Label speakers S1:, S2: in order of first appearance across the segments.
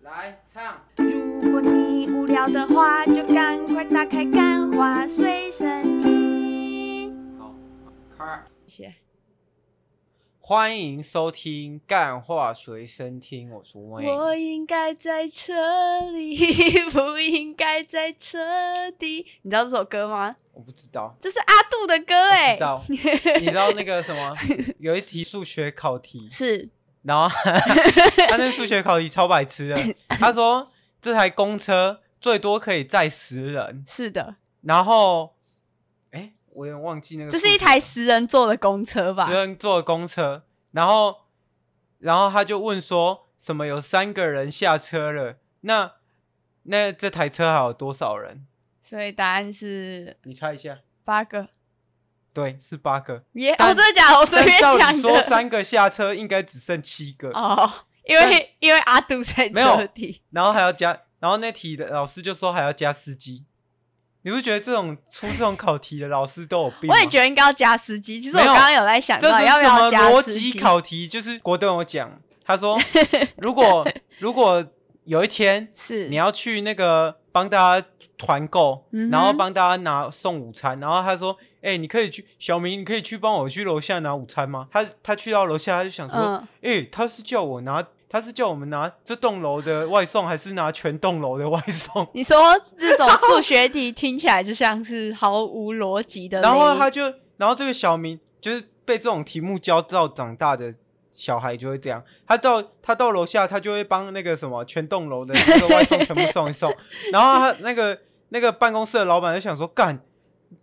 S1: 来唱，
S2: 如果你无聊的话，就赶快打开《干花随身听
S1: 好，开。》。
S2: 谢。
S1: 欢迎收听《干话随身听》，我是魏。
S2: 我应该在这里， 不应该在这里。你知道这首歌吗？
S1: 我不知道，
S2: 这是阿杜的歌哎、
S1: 知道， 你知道那个什么，有一题数学考题，
S2: 是
S1: 然 后他那数学考题超白痴的，他说这台公车最多可以载十人，
S2: 是的，
S1: 然后，哎，我有点忘记那个数
S2: 这
S1: 学，
S2: 是一台十人坐的公车吧
S1: 十？人坐的公车，然后，然后他就问说，什么有三个人下车了，那那这台车还有多少人？
S2: 所以答案是
S1: 你猜一下，
S2: 八个。
S1: 对，是八个。
S2: 耶、
S1: 但
S2: 哦，真的假的？我随便
S1: 但照
S2: 讲
S1: 理说
S2: 的。
S1: 三个下车，应该只剩七个，
S2: 哦，因为因为阿杜在
S1: 没有
S2: 这里。
S1: 然后还要加，然后那题的老师就说还要加司机。你不觉得这种出这种考题的老师都有病吗？
S2: 我也觉得应该要加司机。其实我
S1: 没有
S2: 刚刚有在想
S1: 这
S2: 到
S1: 是
S2: 要不
S1: 什
S2: 要
S1: 么
S2: 加
S1: 逻
S2: 司
S1: 辑
S2: 机。
S1: 考题？就是国栋有讲，他说如果如果有一天
S2: 是
S1: 你要去那个帮大家团购，
S2: 嗯哼
S1: 然后帮大家拿送午餐，然后他说，哎、你可以去小明，你可以去帮我去楼下拿午餐吗？他他去到楼下，他就想说，
S2: 嗯，
S1: 哎、他是叫我拿。他是叫我们拿这栋楼的外送，还是拿全栋楼的外送？
S2: 你说这种数学题听起来就像是毫无逻辑的嘞。
S1: 然后他就，然后这个小明就是被这种题目教到长大的小孩就会这样，他到他到楼下，他就会帮那个什么全栋楼的那个外送全部送一送，然后他那个那个办公室的老板就想说，干，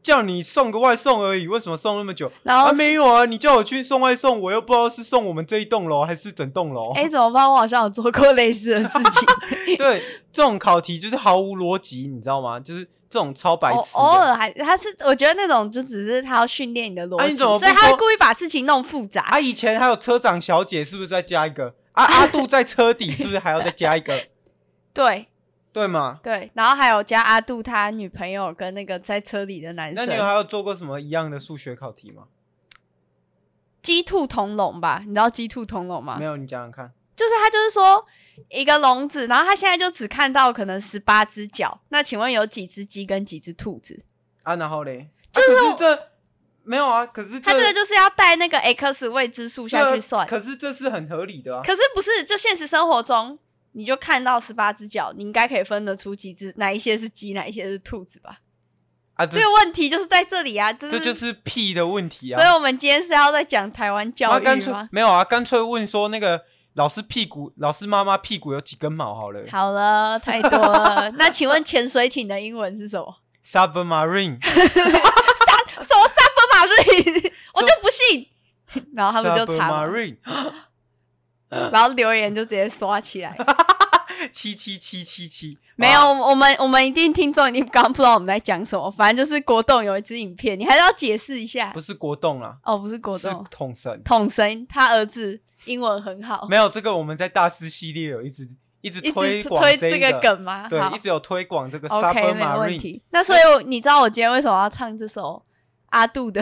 S1: 叫你送个外送而已，为什么送那么久？
S2: 然后
S1: 啊，没有啊，你叫我去送外送，我又不知道是送我们这一栋楼还是整栋楼。
S2: 哎、怎么办？我好像有做过类似的事情。
S1: 对，这种考题就是毫无逻辑，你知道吗？就是这种超 白
S2: 偶
S1: 痴的。
S2: 哦偶尔还他是，我觉得那种就只是他要训练你的逻
S1: 啊
S2: 辑，
S1: 你怎么不
S2: 所以他会
S1: 说
S2: 故意把事情弄复杂。
S1: 啊，以前还有车长小姐，是不是再加一个？啊，阿杜在车底，是不是还要再加一个？
S2: 对
S1: 对吗？
S2: 对，然后还有加阿杜他女朋友跟那个在车里的男
S1: 那你有还
S2: 生，
S1: 有做过什么一样的数学考题吗？
S2: 鸡兔同笼吧？你知道鸡兔同笼吗
S1: 没？有，你讲讲看。
S2: 就是他就是说一个笼子，然后他现在就只看到可能十八只脚，那请问有几只鸡跟几只兔子？
S1: 啊，然后嘞，
S2: 就
S1: 啊
S2: 是
S1: 可是这没有啊，可是
S2: 他这个就是要带那个 x 未知数下去算，
S1: 可是这是很合理的啊。
S2: 可是不是就现实生活中你就看到十八只脚，你应该可以分得出几只哪一些是鸡，哪一些是兔子吧？
S1: 啊，这
S2: 这个问题就是在这里啊，这
S1: 这就是屁的问题
S2: 所以
S1: 啊。
S2: 我们今天是要在讲台湾教
S1: 那
S2: 育
S1: 干脆
S2: 吗？
S1: 没有啊，干脆问说那个老师屁股，老师妈妈屁股有几根毛好了
S2: 好了，太多 了。那请问潜水艇的英文是什么？
S1: ？Submarine，
S2: 什么三分马瑞， 我就不信。然后他们就查嘛，
S1: Submarine，
S2: 然后留言就直接刷起来。
S1: 七七七七七，啊
S2: 没有，我们我们一定听众一定刚刚不知道我们在讲什么，反正就是国栋有一支影片，你还是要解释一下
S1: 不。是国栋啦，
S2: 哦，不是国
S1: 是
S2: 栋，
S1: 统神。
S2: 统神他儿子英文很好，
S1: 没有这个，我们在大师系列有一直一直
S2: 一
S1: 推
S2: 直
S1: 广
S2: 推
S1: 这
S2: 这
S1: 一
S2: 个，梗吗？
S1: 对，
S2: 好
S1: 一直有推广这个
S2: ，OK，没
S1: Submarine，
S2: 问题。那所以我你知道我今天为什么要唱这首阿杜的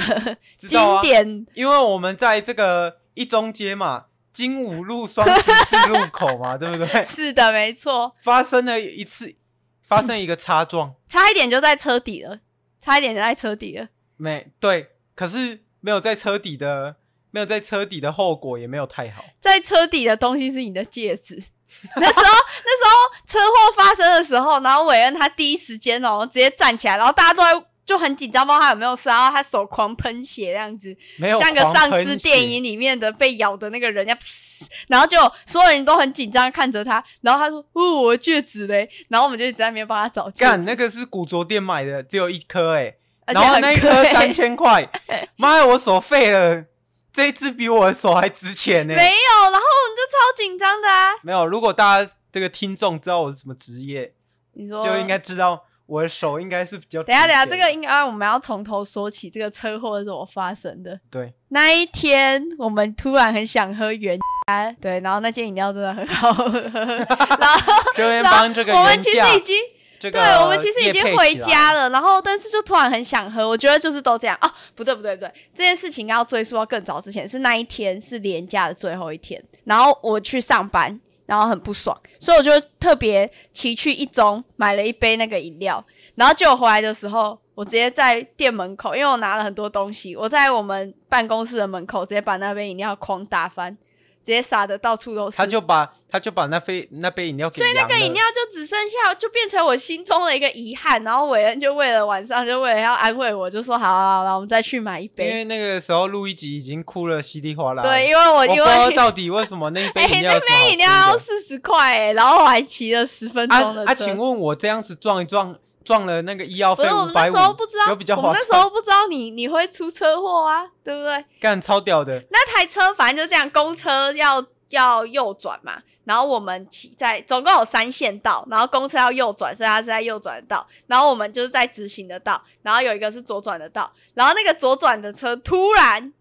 S1: 知
S2: 经
S1: 道啊？
S2: 典？
S1: 因为我们在这个一中街嘛，金五路双十字路口嘛， 对不对？
S2: 是的，没错，
S1: 发生了一次，发生一个擦撞，
S2: 差一点就在车底了，差一点就在车底了。
S1: 没对，可是没有在车底的，没有在车底的后果也没有太好。
S2: 在车底的东西是你的戒指。 那时候，那时候车祸发生的时候，然后韦恩他第一时间哦，直接站起来，然后大家都在就很紧张，不知道他有没有事，然后他手狂喷血那样子，
S1: 没有
S2: 像个
S1: 狂
S2: 丧
S1: 喷
S2: 尸
S1: 血
S2: 电影里面的被咬的那个人家，噗然后就所有人都很紧张看着他，然后他说：“哦，我的戒指嘞！” 然后我们就一直在那边帮他找戒
S1: 干，那
S2: 指，
S1: 个是古着店买的，只有一颗哎、
S2: 而且
S1: 然后
S2: 很
S1: 那一
S2: 贵
S1: 颗三千 块，妈的，我手废了，这一只比我的手还值钱呢、
S2: 没有，然后我们就超紧张的啊！
S1: 没有，如果大家这个听众知道我是什么职业，
S2: 你说
S1: 就应该知道我的手应该是比较值
S2: 哦
S1: 钱
S2: 等一
S1: 的。
S2: 下，等一下，这个应该啊我们要从头说起，这个车祸是怎么发生的？
S1: 对，
S2: 那一天，我们突然很想喝原家，对，然后那间饮料真的很好 喝，然后
S1: 这边
S2: 然后
S1: 帮这个
S2: 我们
S1: 原
S2: 其
S1: 价
S2: 实已经，
S1: 这个
S2: 对我们其实已经回家
S1: 了。
S2: 了，然后但是就突然很想喝，我觉得就是都这样哦，不对不对不对，这件事情要追溯到更早之前，是那一天是连假的最后一天，然后我去上班，然后很不爽，所以我就特别骑去一中买了一杯那个饮料，然后结果回来的时候，我直接在店门口，因为我拿了很多东西，我在我们办公室的门口直接把那杯饮料狂打翻，直接洒的到处都是。
S1: 他就把他就把那杯那杯饮料给
S2: 所以那
S1: 扬
S2: 个
S1: 了
S2: 饮料就只剩下，就变成我心中的一个遗憾。然后韦恩就为了晚上，就为了要安慰我，就说：“好好好好，我们再去买一
S1: 因
S2: 杯。
S1: 为那个时候录一集已经哭了稀里哗”啦。
S2: 对，，因为我
S1: 我不
S2: 因
S1: 知
S2: 为
S1: 道到底为什么那一杯
S2: 哎、
S1: 饮料有什么好哭
S2: 那
S1: 的。
S2: 杯饮料要四十块哎，然后我还骑了十分钟
S1: 啊
S2: 的车。
S1: 啊！请问我这样子撞一撞，撞了那个医药
S2: 不
S1: 费
S2: 是我
S1: 五
S2: 们那
S1: 百五
S2: 时候不知道，
S1: 有比较
S2: 我们
S1: 划
S2: 那时
S1: 算，
S2: 候不知道你你会出车祸啊，对不对？
S1: 干超屌的。
S2: 那台车反正就这样，公车要要右转嘛，然后我们骑在总共有三线道，然后公车要右转，所以它是在右转的道，然后我们就是在直行的道，然后有一个是左转的道，然后那个左转的车突然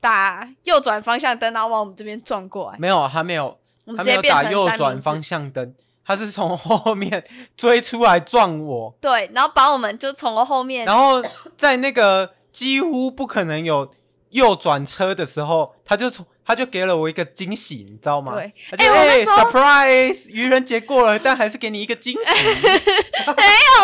S2: 打右转方向灯，然后往我们这边撞过来，
S1: 没有，他没有，
S2: 我们
S1: 他
S2: 直
S1: 没有
S2: 接变成
S1: 打右
S2: 三
S1: 转
S2: 明治
S1: 方向灯，他是从后面追出来撞 我，
S2: 对，然后把我们就从后面
S1: 然后在那个几乎不可能有右转车的时候，他就从。他就给了我一个惊喜，你知道吗？
S2: 对
S1: 他 就
S2: 哎我那
S1: 哎
S2: 时候
S1: ，surprise！愚人节过了，但还是给你一个惊喜。
S2: 我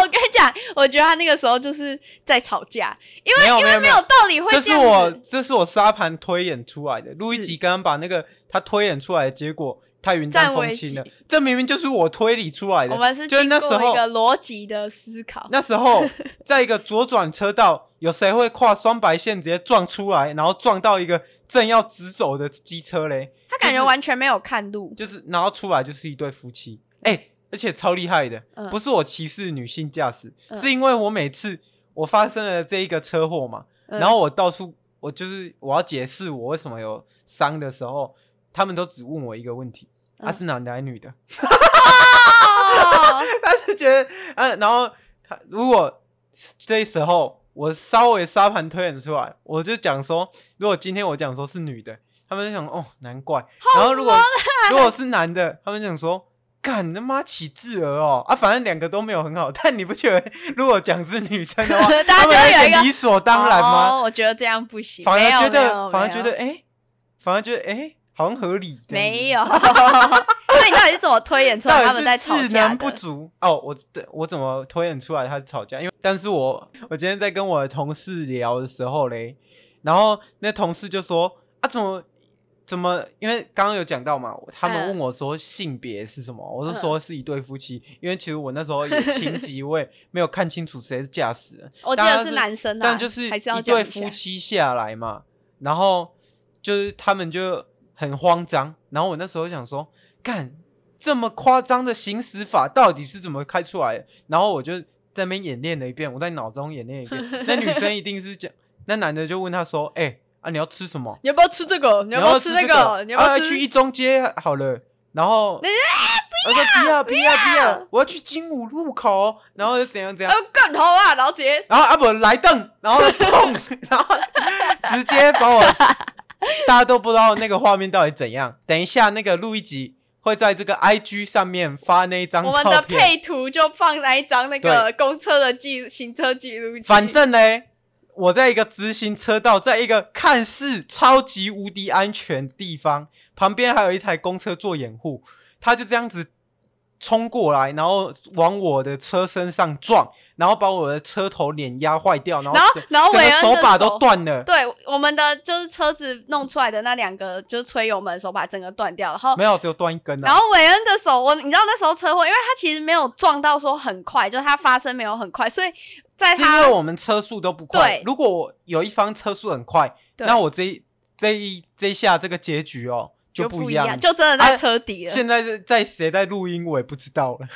S2: 跟你讲，我觉得他那个时候就是在吵架，因
S1: 没
S2: 为
S1: 有
S2: 因
S1: 没
S2: 为
S1: 有
S2: 没
S1: 没
S2: 有
S1: 有
S2: 道理会
S1: 这
S2: 这
S1: 是
S2: 样
S1: 我
S2: 子。
S1: 这是我沙盘推演出来的。路易吉刚刚把那个他推演出来的结果太云淡
S2: 占为
S1: 风轻了
S2: 己，
S1: 这明明就是我推理出来的。
S2: 我们是
S1: 就是
S2: 经
S1: 那
S2: 过
S1: 时候
S2: 一个逻辑的思考，
S1: 那时候在一个左转车道，有谁会跨双白线直接撞出来，然后撞到一个正要直走的机车嘞？
S2: 他感觉
S1: 就是
S2: 完全没有看路。
S1: 就是然后出来就是一对夫妻，哎、而且超厉害的，
S2: 嗯
S1: 不是我歧视女性驾驶，
S2: 嗯
S1: 是因为我每次我发生了这一个车祸嘛，
S2: 嗯
S1: 然后我到处我就是我要解释我为什么有伤的时候，他们都只问我一个问题：他、
S2: 嗯
S1: 是男的还是女的？
S2: 哦，
S1: 他是觉得啊，然后他如果这时候我稍微沙盘推演出来，我就讲说，如果今天我讲说是女的，他们就想哦，难怪。然后如果如果是男的，他们就想说。干他妈起智儿哦啊！反正两个都没有很好，但你不觉得如果讲是女生的话，
S2: 大家
S1: 他们
S2: 就会有
S1: 有
S2: 一个
S1: 点理所当然吗？
S2: 哦我觉得这样不行，
S1: 反而
S2: 没有
S1: 觉
S2: 没
S1: 得，
S2: 有
S1: 反而
S2: 没
S1: 觉
S2: 有
S1: 得，哎、反而觉得，哎、好像合理。
S2: 没
S1: 有，
S2: 有。 所以你到底是怎么推演出来他
S1: 到
S2: 们
S1: 底
S2: 在
S1: 是
S2: 吵
S1: 智
S2: 架
S1: 能不
S2: 的？
S1: 足哦。我我怎么推演出来他是吵架？因为，但是我我今天在跟我的同事聊的时候嘞，然后那同事就说啊，怎么怎么？因为刚刚有讲到嘛，他们
S2: 嗯
S1: 问我说性别是什么，我就说是一对夫妻，因为其实我那时候也 情急，我也没有看清楚谁是驾驶人。
S2: 我记
S1: 当
S2: 得
S1: 然
S2: 是
S1: 是
S2: 男生啊，
S1: 但就是
S2: 还是要
S1: 一
S2: 讲
S1: 对
S2: 下
S1: 夫妻下来嘛，然后就是他们就很慌张，然后我那时候想说，干这么夸张的行驶法到底是怎么开出来的？然后我就在那边演练了一遍，我在脑中演练一遍。 那女生一定是讲，那男的就问他说：“哎、啊，你要吃什么？
S2: 你要不要吃这个？你要
S1: 你
S2: 不要
S1: 要
S2: 吃
S1: 这
S2: 那个？你要不
S1: 啊
S2: 要
S1: 去
S2: 吃
S1: 一？中街好了。”然后
S2: 哎
S1: 我说：“不要，不要，不要！我要去金武路口。”然后就怎样怎样
S2: 要。更好啊！然后直接
S1: 然后阿伯来瞪，然后痛， 然后直接把我，大家都不知道那个画面到底怎样。等一下，那个录一集会在这个 IG 上面发那一张
S2: 我们的
S1: 照片。
S2: 配图就放在一张那个公车的记行车记录器。
S1: 反正呢，我在一个直行车道，在一个看似超级无敌安全的地方，旁边还有一台公车做掩护，他就这样子冲过来，然后往我的车身上撞，然后把我的车头碾压坏掉，然后
S2: 然后
S1: 整
S2: 然后
S1: 整
S2: 韦
S1: 个
S2: 恩
S1: 手
S2: 的
S1: 把
S2: 手
S1: 都断了。
S2: 对我们的就是车子弄出来的那两个就是吹油门的手把整个断掉，然后
S1: 没有，只有断一根、啊。
S2: 然后韦恩的手，我你知道那时候车祸，因为他其实没有撞到说很快，就是他发生没有很快，所以在
S1: 是因为
S2: 他
S1: 我们车速都不快
S2: 对。
S1: 如果我有一方车速很快，
S2: 对
S1: 那我这一这一这一下这个结局哦
S2: 就
S1: 不
S2: 一
S1: 样了。哎
S2: 样，就真的在车底了，
S1: 现在是在谁在录音，我也不知道 了。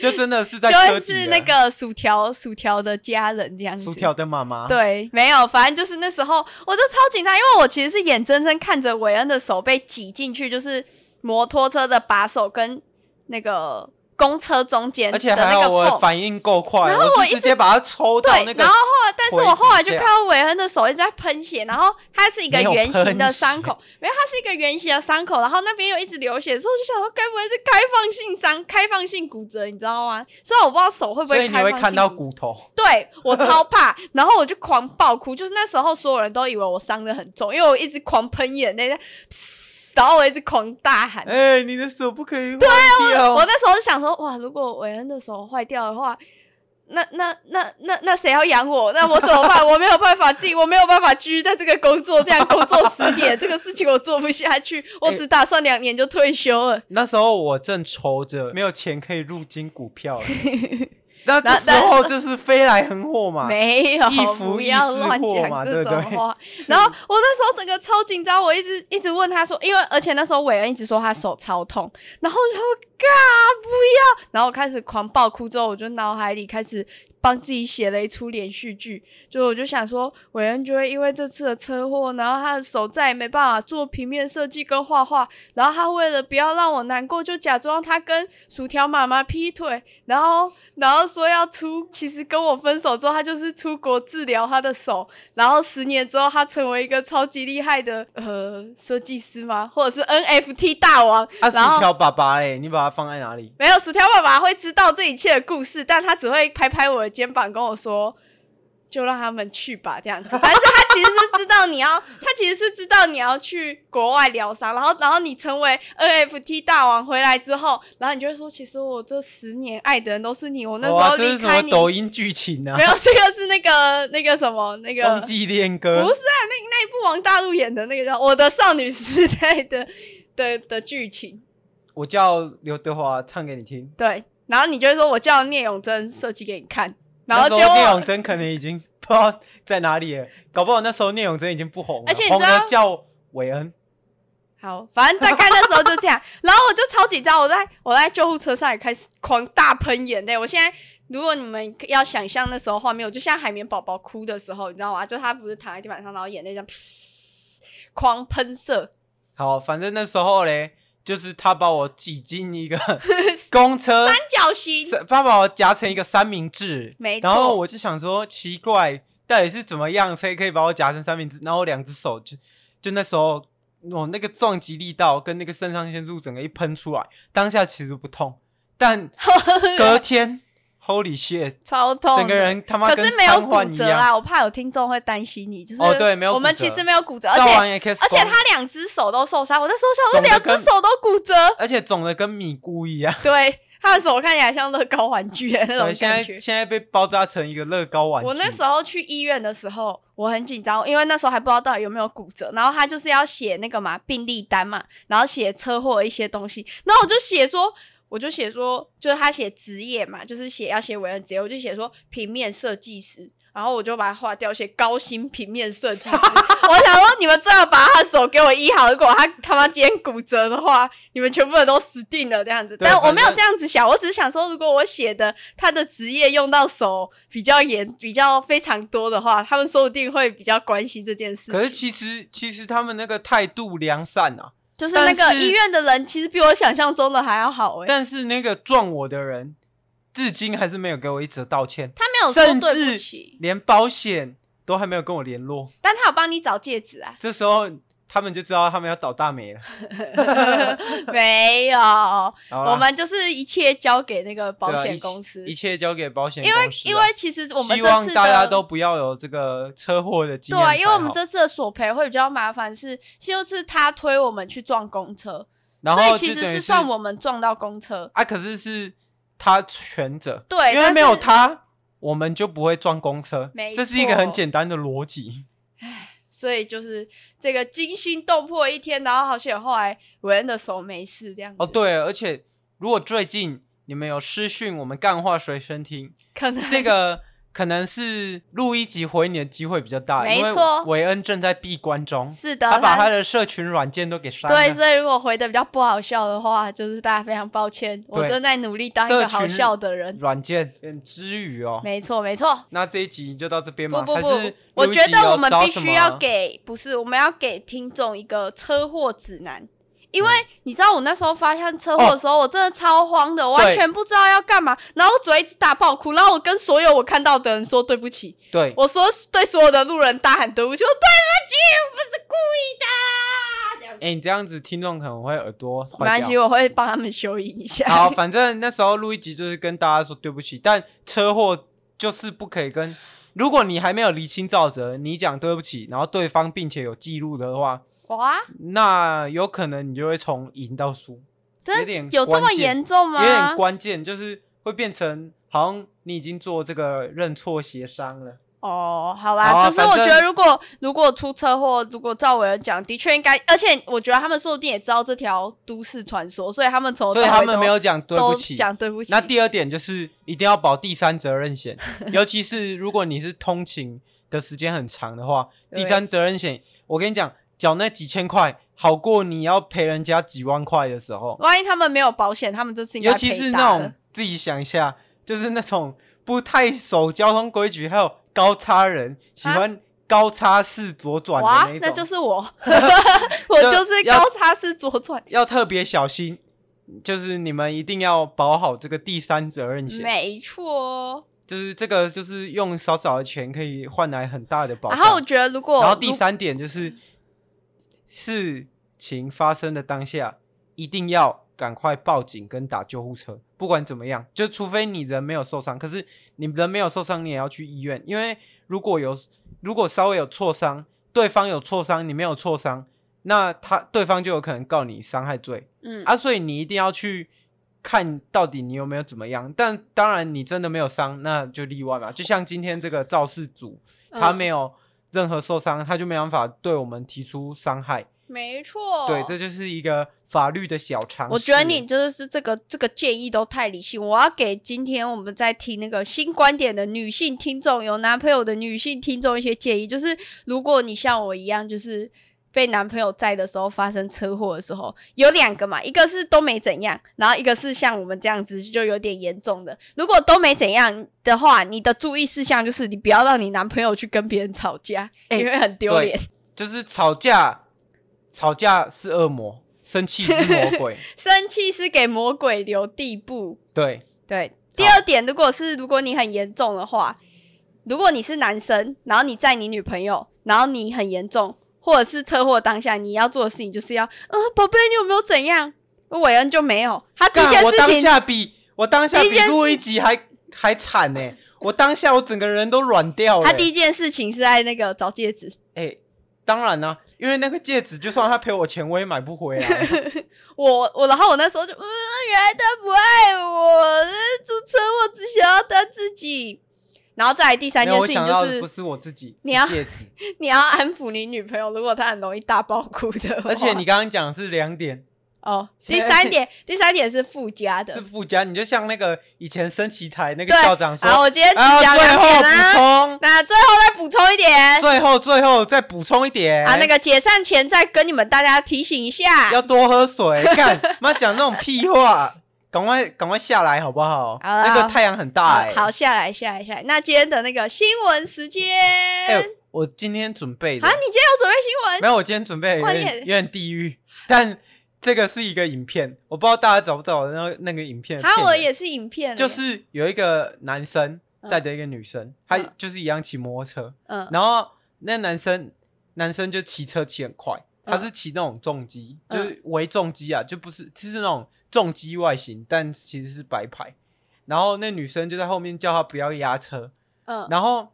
S1: 就真的是在
S2: 就
S1: 车
S2: 会
S1: 底了
S2: 是那个薯条薯条的家人这样子。
S1: 薯条的妈妈。
S2: 对，没有，反正就是那时候我就超紧张，因为我其实是眼睁睁看着韦恩的手被挤进去，就是摩托车的把手跟那个公车中间的
S1: 而且还
S2: 那个
S1: 好
S2: 缝
S1: 我。反应够快，
S2: 然后我
S1: 我
S2: 一
S1: 是
S2: 直
S1: 直接把它抽到
S2: 对，
S1: 那个
S2: 然后后来，但是我后来就
S1: 腿底
S2: 看
S1: 下
S2: 到韦恩的手一直在喷血，然后它是一个
S1: 没有
S2: 圆形的
S1: 喷血
S2: 伤口，没有，它是一个圆形的伤口，然后那边又一直流血，所以我就想说，该不会是开放性伤、开放性骨折，你知道吗？虽然我不知道手会不
S1: 所
S2: 会
S1: 以你
S2: 开放
S1: 会
S2: 性
S1: 看到
S2: 骨折
S1: 骨头。
S2: 对 我超怕，然后我就狂爆哭，就是那时候所有人都以为我伤的很重，因为我一直狂喷眼泪，在噗然后我一直狂大喊。
S1: 哎、你的手不可以对啊
S2: 我那时候就想说，哇，如果韦恩的手坏掉的话，那那那那那谁要养我？那我怎么办？我没有办法进，我没有办法继续在这个工作这样工作十年，这个事情我做不下去，我只打算两年就退休了。
S1: 那时候我正愁着没有钱可以入金股 票了，那这
S2: 那
S1: 时候就是飞来横祸嘛。
S2: 没有，
S1: 一夫
S2: 不
S1: 一
S2: 要
S1: 世
S2: 乱
S1: 货
S2: 讲
S1: 嘛
S2: 这
S1: 对
S2: 种
S1: 不
S2: 话。
S1: 对
S2: 然后我那时候整个超紧张，我一直一直问他说，因为而且那时候韦恩一直说他手超痛，然后我就说嘎不要，然后我开始狂暴哭之后，我就脑海里开始帮自己写了一出连续剧，就我就想说韦恩就会因为这次的车祸，然后他的手再也没办法做平面设计跟画画，然后他为了不要让我难过，就假装他跟薯条妈妈劈腿，然后然后说要出，其实跟我分手之后，他就是出国治疗他的手，然后十年之后，他成为一个超级厉害的呃设计师吗？或者是 NFT 大王？
S1: 啊，薯
S2: 然后
S1: 条爸爸嘞，你把它放在哪里？
S2: 没有薯条爸爸会知道这一切的故事，但他只会拍拍我的肩膀跟我说。就让他们去吧，这样子。但是他其实是知道你要， 他其实是知道你要去国外疗伤，然后，然后你成为 NFT 大王回来之后，然后你就会说，其实我这十年爱的人都是你，我那时
S1: 哇
S2: 候
S1: 哦这是
S2: 离
S1: 什么
S2: 开你，
S1: 抖音剧情啊
S2: 没？有，这个是那个那个什么那个
S1: 忘记恋
S2: 不
S1: 歌，
S2: 是啊，那那一部王大陆演的那个叫《我的少女时代的》的的剧情，
S1: 我叫刘德华唱给你听。
S2: 对。然后你就会说，我叫聂永贞设计给你看，然后
S1: 那
S2: 结
S1: 时候聂永
S2: 果
S1: 真可能已经不知道在哪里了，搞不好那时候聂永真已经不红了，
S2: 而且你知道
S1: 红了叫韦恩。
S2: 好，反正大概那时候就这样。然后我就超紧张，我在我在救护车上也开始狂大喷眼泪。我现在如果你们要想象那时候画面，我就像海绵宝宝哭的时候，你知道吗？就他不是躺在地板上，然后眼泪这样噗狂喷射，
S1: 好，反正那时候嘞，就是他把我挤进一 个公车，
S2: 三角形。
S1: 是他把我夹成一个三明治，
S2: 没错
S1: 然后我就想说，奇怪，到底是怎么样才可以把我夹成三明治？然后我两只手就就那时候，我那个撞击力道跟那个肾上腺素整个一喷出来，当下其实不痛， 但隔天，Holy shit！
S2: 超痛的，
S1: 整个人他妈
S2: 可
S1: 跟
S2: 是没有
S1: 瘫痪
S2: 骨
S1: 一
S2: 折
S1: 样。
S2: 啊！我怕有听众会担心你，就是
S1: 哦对没有
S2: 我们
S1: 骨折
S2: 其实没有骨折，而
S1: 照完
S2: 且
S1: X
S2: 而且
S1: 光
S2: 他两只手都受伤，我那时候想说
S1: 肿得
S2: 两
S1: 跟
S2: 只手都骨折，
S1: 而且肿的跟米糊一样，
S2: 对，他的手看起来像乐高玩具的那
S1: 对，
S2: 种
S1: 现在
S2: 感觉。
S1: 现在被包扎成一个乐高玩具。
S2: 我那时候去医院的时候，我很紧张，因为那时候还不知道到底有没有骨折。然后他就是要写那个嘛病历单嘛，然后写车祸一些东西。然后我就写说，我就写说，就是他写职业嘛，就是写要写为人职业，我就写说平面设计师。然后我就把它划掉，写高薪平面设计 师。我想说，你们最好把他的手给我医好。如果他他妈今天骨折的话，你们全部人都死定了这样子。
S1: 对
S2: 但我没有
S1: 反正
S2: 这样子想，我只是想说，如果我写的他的职业用到手比较严、比较非常多的话，他们说不定会比较关心这件事。
S1: 可是其实其实他们那个态度良善啊，
S2: 就是那个
S1: 但是
S2: 医院的人，其实比我想象中的还 要好哎、
S1: 但是那个撞我的人，至今还是没有给我一则道歉，
S2: 他没有说
S1: 甚
S2: 对不
S1: 至
S2: 起，
S1: 连保险都还没有跟我联络。
S2: 但他有帮你找戒指啊？
S1: 这时候他们就知道他们要倒大霉了。
S2: 没有，
S1: 好啦
S2: 我们就是一切交给那个保
S1: 对啊
S2: 险
S1: 一
S2: 公司
S1: 一。切交给保险
S2: 因为
S1: 公司啊，
S2: 因为其实我们
S1: 希
S2: 这
S1: 望
S2: 次
S1: 大家
S2: 的
S1: 都不要有这个车祸的经
S2: 对
S1: 验才
S2: 啊，
S1: 好。
S2: 因为我们这次的索赔会比较麻烦，是就是他推我们去撞公车，
S1: 然
S2: 所
S1: 后
S2: 以其
S1: 就
S2: 实
S1: 等于
S2: 是
S1: 是
S2: 算我们撞到公车。
S1: 啊，可是是他全责，
S2: 对，
S1: 因
S2: 但
S1: 为
S2: 是
S1: 没有他，我们就不会撞公车
S2: 没，
S1: 这是一个很
S2: 错
S1: 简单的逻辑。
S2: 所以就是这个惊心动魄的一天，然后好险后来韦恩的手没事这样子。
S1: 哦，，对了，而且如果最近你们有私讯我们干话随身 听，
S2: 可能
S1: 这个可能是录一集回你的机会比较大，
S2: 没
S1: 因为
S2: 错
S1: 韦恩正在闭关中，
S2: 是的，
S1: 他把
S2: 他
S1: 他的社群软件都给删
S2: 对，
S1: 了。
S2: 所以如果回的比较不好笑的话，就是大家非常抱歉，我
S1: 对
S2: 正在努力当一个
S1: 社群
S2: 好笑的人。
S1: 软件嗯之余哦，
S2: 没错，没错。
S1: 那这一集就到这边
S2: 不
S1: 吗？
S2: 不
S1: 还
S2: 不
S1: 是，
S2: 我
S1: 录一
S2: 觉
S1: 集
S2: 得
S1: 有
S2: 我们
S1: 找
S2: 必
S1: 什
S2: 须
S1: 么
S2: 要给，不是我们要给听众一个车祸指南，因为
S1: 嗯
S2: 你知道我那时候发现车祸的
S1: 哦
S2: 时候，我真的超慌的，完全不知道要干嘛，然后我只会一直大爆哭，然后我跟所有我看到的人说对不起，
S1: 对
S2: 我说对所有的路人大喊对不起，我对不起，我不是故意的，这样子。
S1: 哎、你这样子听众可能会耳朵
S2: 没
S1: 坏
S2: 关
S1: 掉
S2: 系，。我会帮他们修音一下。
S1: 好，反正那时候录一集就是跟大家说对不起，但车祸就是不可以跟。如果你还没有厘清造责，你讲对不起，然后对方并且有记录的话，
S2: 哇，
S1: 那有可能你就会从赢到输，有
S2: 真
S1: 点
S2: 有这么
S1: 关键
S2: 严重
S1: 有点
S2: 吗？
S1: 关键就是会变成好像你已经做这个认错协商了。
S2: 哦，好啦，
S1: 好啊
S2: 就是我觉
S1: 反
S2: 得
S1: 正
S2: 如果如果出车祸，如果照伟人讲，的确应该，而且我觉得他们说不定也知道这条都市传说，所以他们从头
S1: 所以
S2: 到
S1: 他
S2: 尾
S1: 们
S2: 都
S1: 没有讲对不
S2: 都
S1: 起。
S2: 讲对不起。
S1: 那第二点就是一定要保第三责任 险，尤其是如果你是通勤的时间很长的话，
S2: 对
S1: 第三责任险，我跟你讲，缴那几千块好过你要赔人家几万块的时候，
S2: 万一他们没有保险，他们这次应该
S1: 尤其是
S2: 赔
S1: 那
S2: 大
S1: 种
S2: 了
S1: 自己想一下，就是那种不太守交通规矩，还有高差人喜欢高差式左转的
S2: 啊
S1: 那
S2: 哇
S1: 一，种，
S2: 那就是 我， 我就是
S1: 要
S2: 高差式左 转，
S1: 要特别小心，就是你们一定要保好这个第三责任险。
S2: 没错。
S1: 就是这个，就是用少少的钱可以换来很大的保障。
S2: 然后我觉得如果
S1: 然后第
S2: 如
S1: 三点就是，事情发生的当下，一定要赶快报警跟打救护车，不管怎么样，就除非你人没有受伤，可是你人没有受伤，你也要去医院，因为如果有如果稍微有挫伤，对方有挫伤，你没有挫伤，那他对方就有可能告你伤害罪。
S2: 嗯
S1: 啊，所以你一定要去看到底你有没有怎么样。但当然，你真的没有伤，那就例外嘛。就像今天这个肇事组，他
S2: 嗯
S1: 没有任何受伤，他就没办法对我们提出伤害。
S2: 没错，
S1: 对，这就是一个法律的小常识。
S2: 哦我觉得你真的是这个这个建议都太理性。我要给今天我们在听那个新观点的女性听众，有男朋友的女性听众一些建议，就是如果你像我一样，就是被男朋友在的时候发生车祸的时候，有两个嘛，一个是都没怎样，然后一个是像我们这样子就有点严重的。如果都没怎样的话，你的注意事项就是你不要让你男朋友去跟别人吵架，
S1: 哎
S2: 因为很丢脸。
S1: 就是吵架，吵架是恶魔，生气是 魔鬼。
S2: 生气是给魔鬼留地步。
S1: 对，
S2: 对，第二点，如果是如果你很严重的话，如果你是男生，然后你载你女朋友，然后你很严重，或者是车祸当下，你要做的事情就是要，嗯，宝贝，你有没有怎样？韦恩就没有，他第一件
S1: 干我当
S2: 事情，
S1: 下比我当下
S2: 第一
S1: 比
S2: 件
S1: 录一集还还惨呢、我当下我整个人都软掉了、
S2: 他第一件事情是在那个找戒指。
S1: 哎、当然啦、因为那个戒指，就算他赔我钱，我也买不回来。
S2: 我我，然后我那时候就，嗯，原来他不爱我，呃出车祸只想要他自己。然后再来第三
S1: 没
S2: 件
S1: 有，我
S2: 事情
S1: 想要
S2: 就
S1: 的不
S2: 是，
S1: 是我自己，
S2: 你要
S1: 是戒 指。
S2: 你要安抚你女朋友，如果她很容易大爆哭的话，
S1: 而且你刚刚讲的是两点，
S2: 哦，
S1: 现
S2: 第
S1: 在
S2: 三点，第三点是附加的
S1: 是，附加。你就像那个以前升旗台那个
S2: 对。
S1: 校长说，
S2: 好，我今天只
S1: 啊，
S2: 讲
S1: 最
S2: 两
S1: 后
S2: 点
S1: 补
S2: 啦，
S1: 充，
S2: 那最后再补充一点
S1: 最后最后再补充一点
S2: 啊，那个解散前再跟你们大家提醒一下。
S1: 要多喝水。干妈讲那种屁话，赶快赶快下来好不好？
S2: 好啦
S1: 那个太阳很大哎、
S2: 哦好好，下来，下来，下来。那今天的那个新闻时间
S1: 哎、
S2: 啊，
S1: 我今天准备的
S2: 你今天有准备新
S1: 没
S2: 闻？
S1: 有，我今天准备有
S2: 哇
S1: 点
S2: 你也
S1: 有点地狱，但这个是一个影片，我不知道大家找不找得到那那个影片的片
S2: 哈，
S1: 源。
S2: 我也是影片，
S1: 就是有一个男生
S2: 嗯
S1: 载着一个女生，他
S2: 嗯
S1: 就是一样骑摩托车，
S2: 嗯
S1: 然后那男生男生就骑车骑很快，他
S2: 嗯
S1: 是骑那种重机，
S2: 嗯
S1: 就是微重机啊，就不是就是那种重机外形，但其实是白牌。然后那女生就在后面叫他不要压车，
S2: 嗯
S1: 然后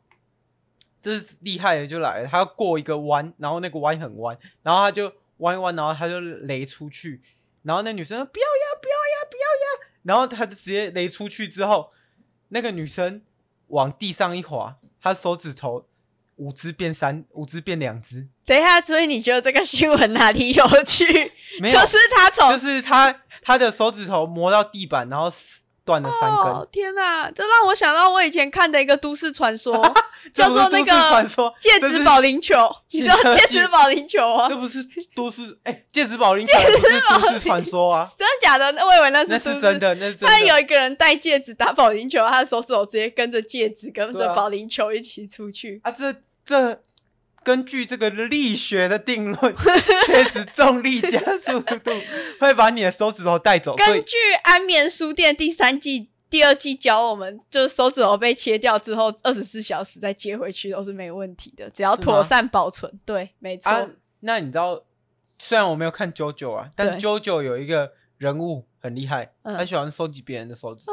S1: 这是厉害的就来了，他要过一个弯，然后那个弯很弯，然后他就弯一弯，然后他就雷出去，然后那女生说不要呀，不要呀，不要呀，然后他就直接雷出去之后，那个女生往地上一滑，她手指头五只变三，五只变两只，
S2: 等一下，所以你觉得这个新闻哪里有趣？
S1: 没有，
S2: 就是哦他从
S1: 就是她她的手指头磨到地板，然后断了三根，
S2: 哦，天哪，这让我想到我以前看的一个都市传 说，
S1: 这
S2: 叫
S1: 不是
S2: 做那
S1: 都市
S2: 个
S1: 传说
S2: 戒
S1: 这
S2: 指
S1: 是
S2: 保龄球，你知道
S1: 汽车
S2: 戒
S1: 戒
S2: 指保龄球吗？
S1: 这不是都市哎、戒指保龄球也不是都市传说啊。
S2: 真的假的？那我以为那是
S1: 那
S2: 都
S1: 是
S2: 市
S1: 真。的，那是真
S2: 他
S1: 的。
S2: 有一个人戴戒指打保龄球，他的手指头直接跟着戒指跟
S1: 对
S2: 着
S1: 啊
S2: 保龄球一起出去。
S1: 啊，这这根据这个力学的定论，确实重力加速度 会把你的手指头带走，所
S2: 根
S1: 以
S2: 据《安眠书店》第三季、第二季教我们，就是手指头被切掉之后，二十四小时再接回去都是没问题的，只要
S1: 是吗
S2: 妥善保存。对，没错。
S1: 啊，那你知道，虽然我没有看 JoJo 啊，但
S2: 对
S1: JoJo 有一个人物很厉害，
S2: 嗯啊
S1: 他喜欢收集别人的手指头，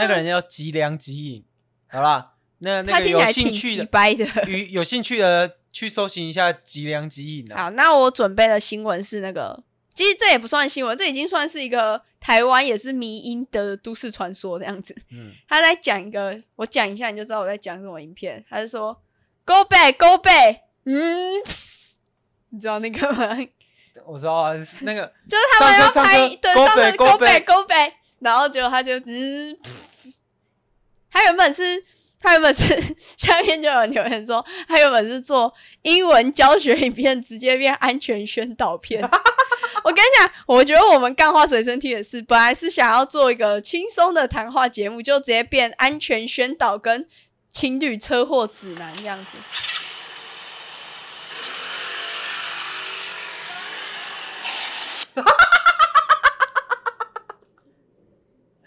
S1: 那个人叫吉良吉影，好啦。那那
S2: 他
S1: 个
S2: 听起
S1: 有
S2: 来
S1: 兴
S2: 挺
S1: 趣
S2: 鸡
S1: 的，
S2: 掰的。
S1: 与有兴趣的去搜寻一下吉良吉影啊。
S2: 好，那我准备的新闻是那个，其实这也不算新闻，这已经算是一个台湾也是迷因的都市传说这样子。
S1: 嗯，
S2: 他在讲一个，我讲一下你就知道我在讲什么影片。他就说 “Go back, go back”，嗯，你知道那个吗？
S1: 我知道啊，是那个
S2: 就是他们要
S1: 上车
S2: 拍
S1: 上车
S2: 对
S1: go
S2: 上
S1: back,
S2: 车
S1: go
S2: go back go back，然后结果他就嗯，他原本是他原本是 下面就有人留言说，他原本是做英文教学影片，直接变安全宣导片。 我跟你讲，我觉得我们干话随身听也是，本来是想要做一个轻松的谈话节目，就直接变安全宣导跟情侣车祸指南这样子。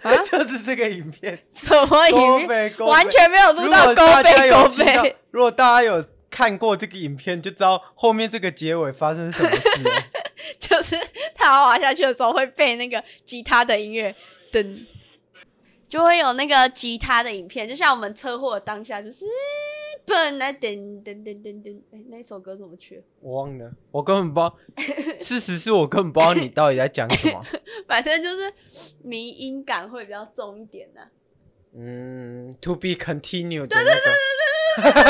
S2: 啊，
S1: 就是这个影片，
S2: 什么
S1: 勾
S2: 影片？
S1: 背勾背
S2: 完全没有录
S1: 如
S2: 到
S1: 果
S2: 勾
S1: 大家
S2: 背勾
S1: 有听到
S2: 背。，
S1: 如果大家有看过这个影片，就知道后面这个结尾发生什么事了。
S2: 就是他滑下去的时候会被那个吉他的音乐噔，就会有那个吉他的影片，就像我们车祸当下就是本来噔噔噔噔噔，哎，那首歌怎么去？
S1: 我忘了，我根本不知道。事实是我根本不知道你到底在讲什 么。
S2: 反正就是迷音感会比较重一点啊的、
S1: 嗯，to be continued 的那个。
S2: 那个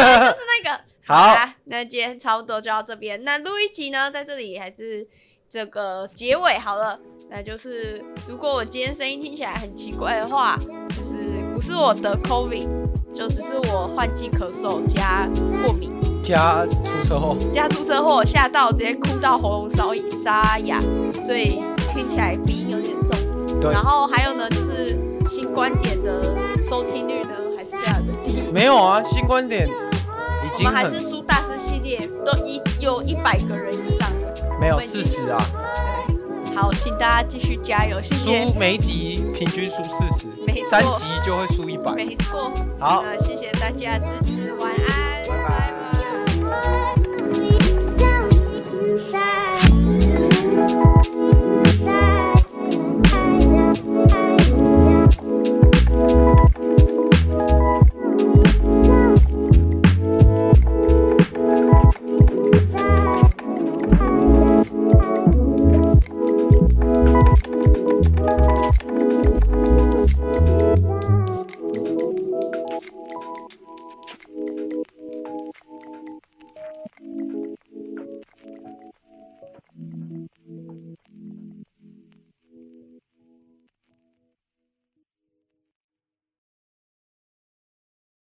S1: 好
S2: 啦，那今天差不多就到这边。那录一集呢，在这里还是这个结尾好了。那就是如果我今天声音听起来很奇怪的话，就是不是我得 COVID，就只是我换季咳嗽加过敏
S1: 加出车祸，
S2: 加出车祸吓到直接哭到喉咙烧沙哑，所以听起来鼻音有点重。
S1: 对
S2: 然后还有呢，就是新观点的收听率呢还是非常的低。
S1: 没有啊，新观点已
S2: 我
S1: 经
S2: 们还
S1: 很
S2: 是苏大师系列都一有一百个人以上了。
S1: 没有
S2: 我们已经
S1: 四十啊，
S2: 对好，请大家继续加油，谢谢。
S1: 输每一集平均输四十，
S2: 没错
S1: 三集就会输一百。
S2: 没错，
S1: 好，
S2: 呃，谢谢大家的支持，晚安，拜拜
S3: Deep down inside.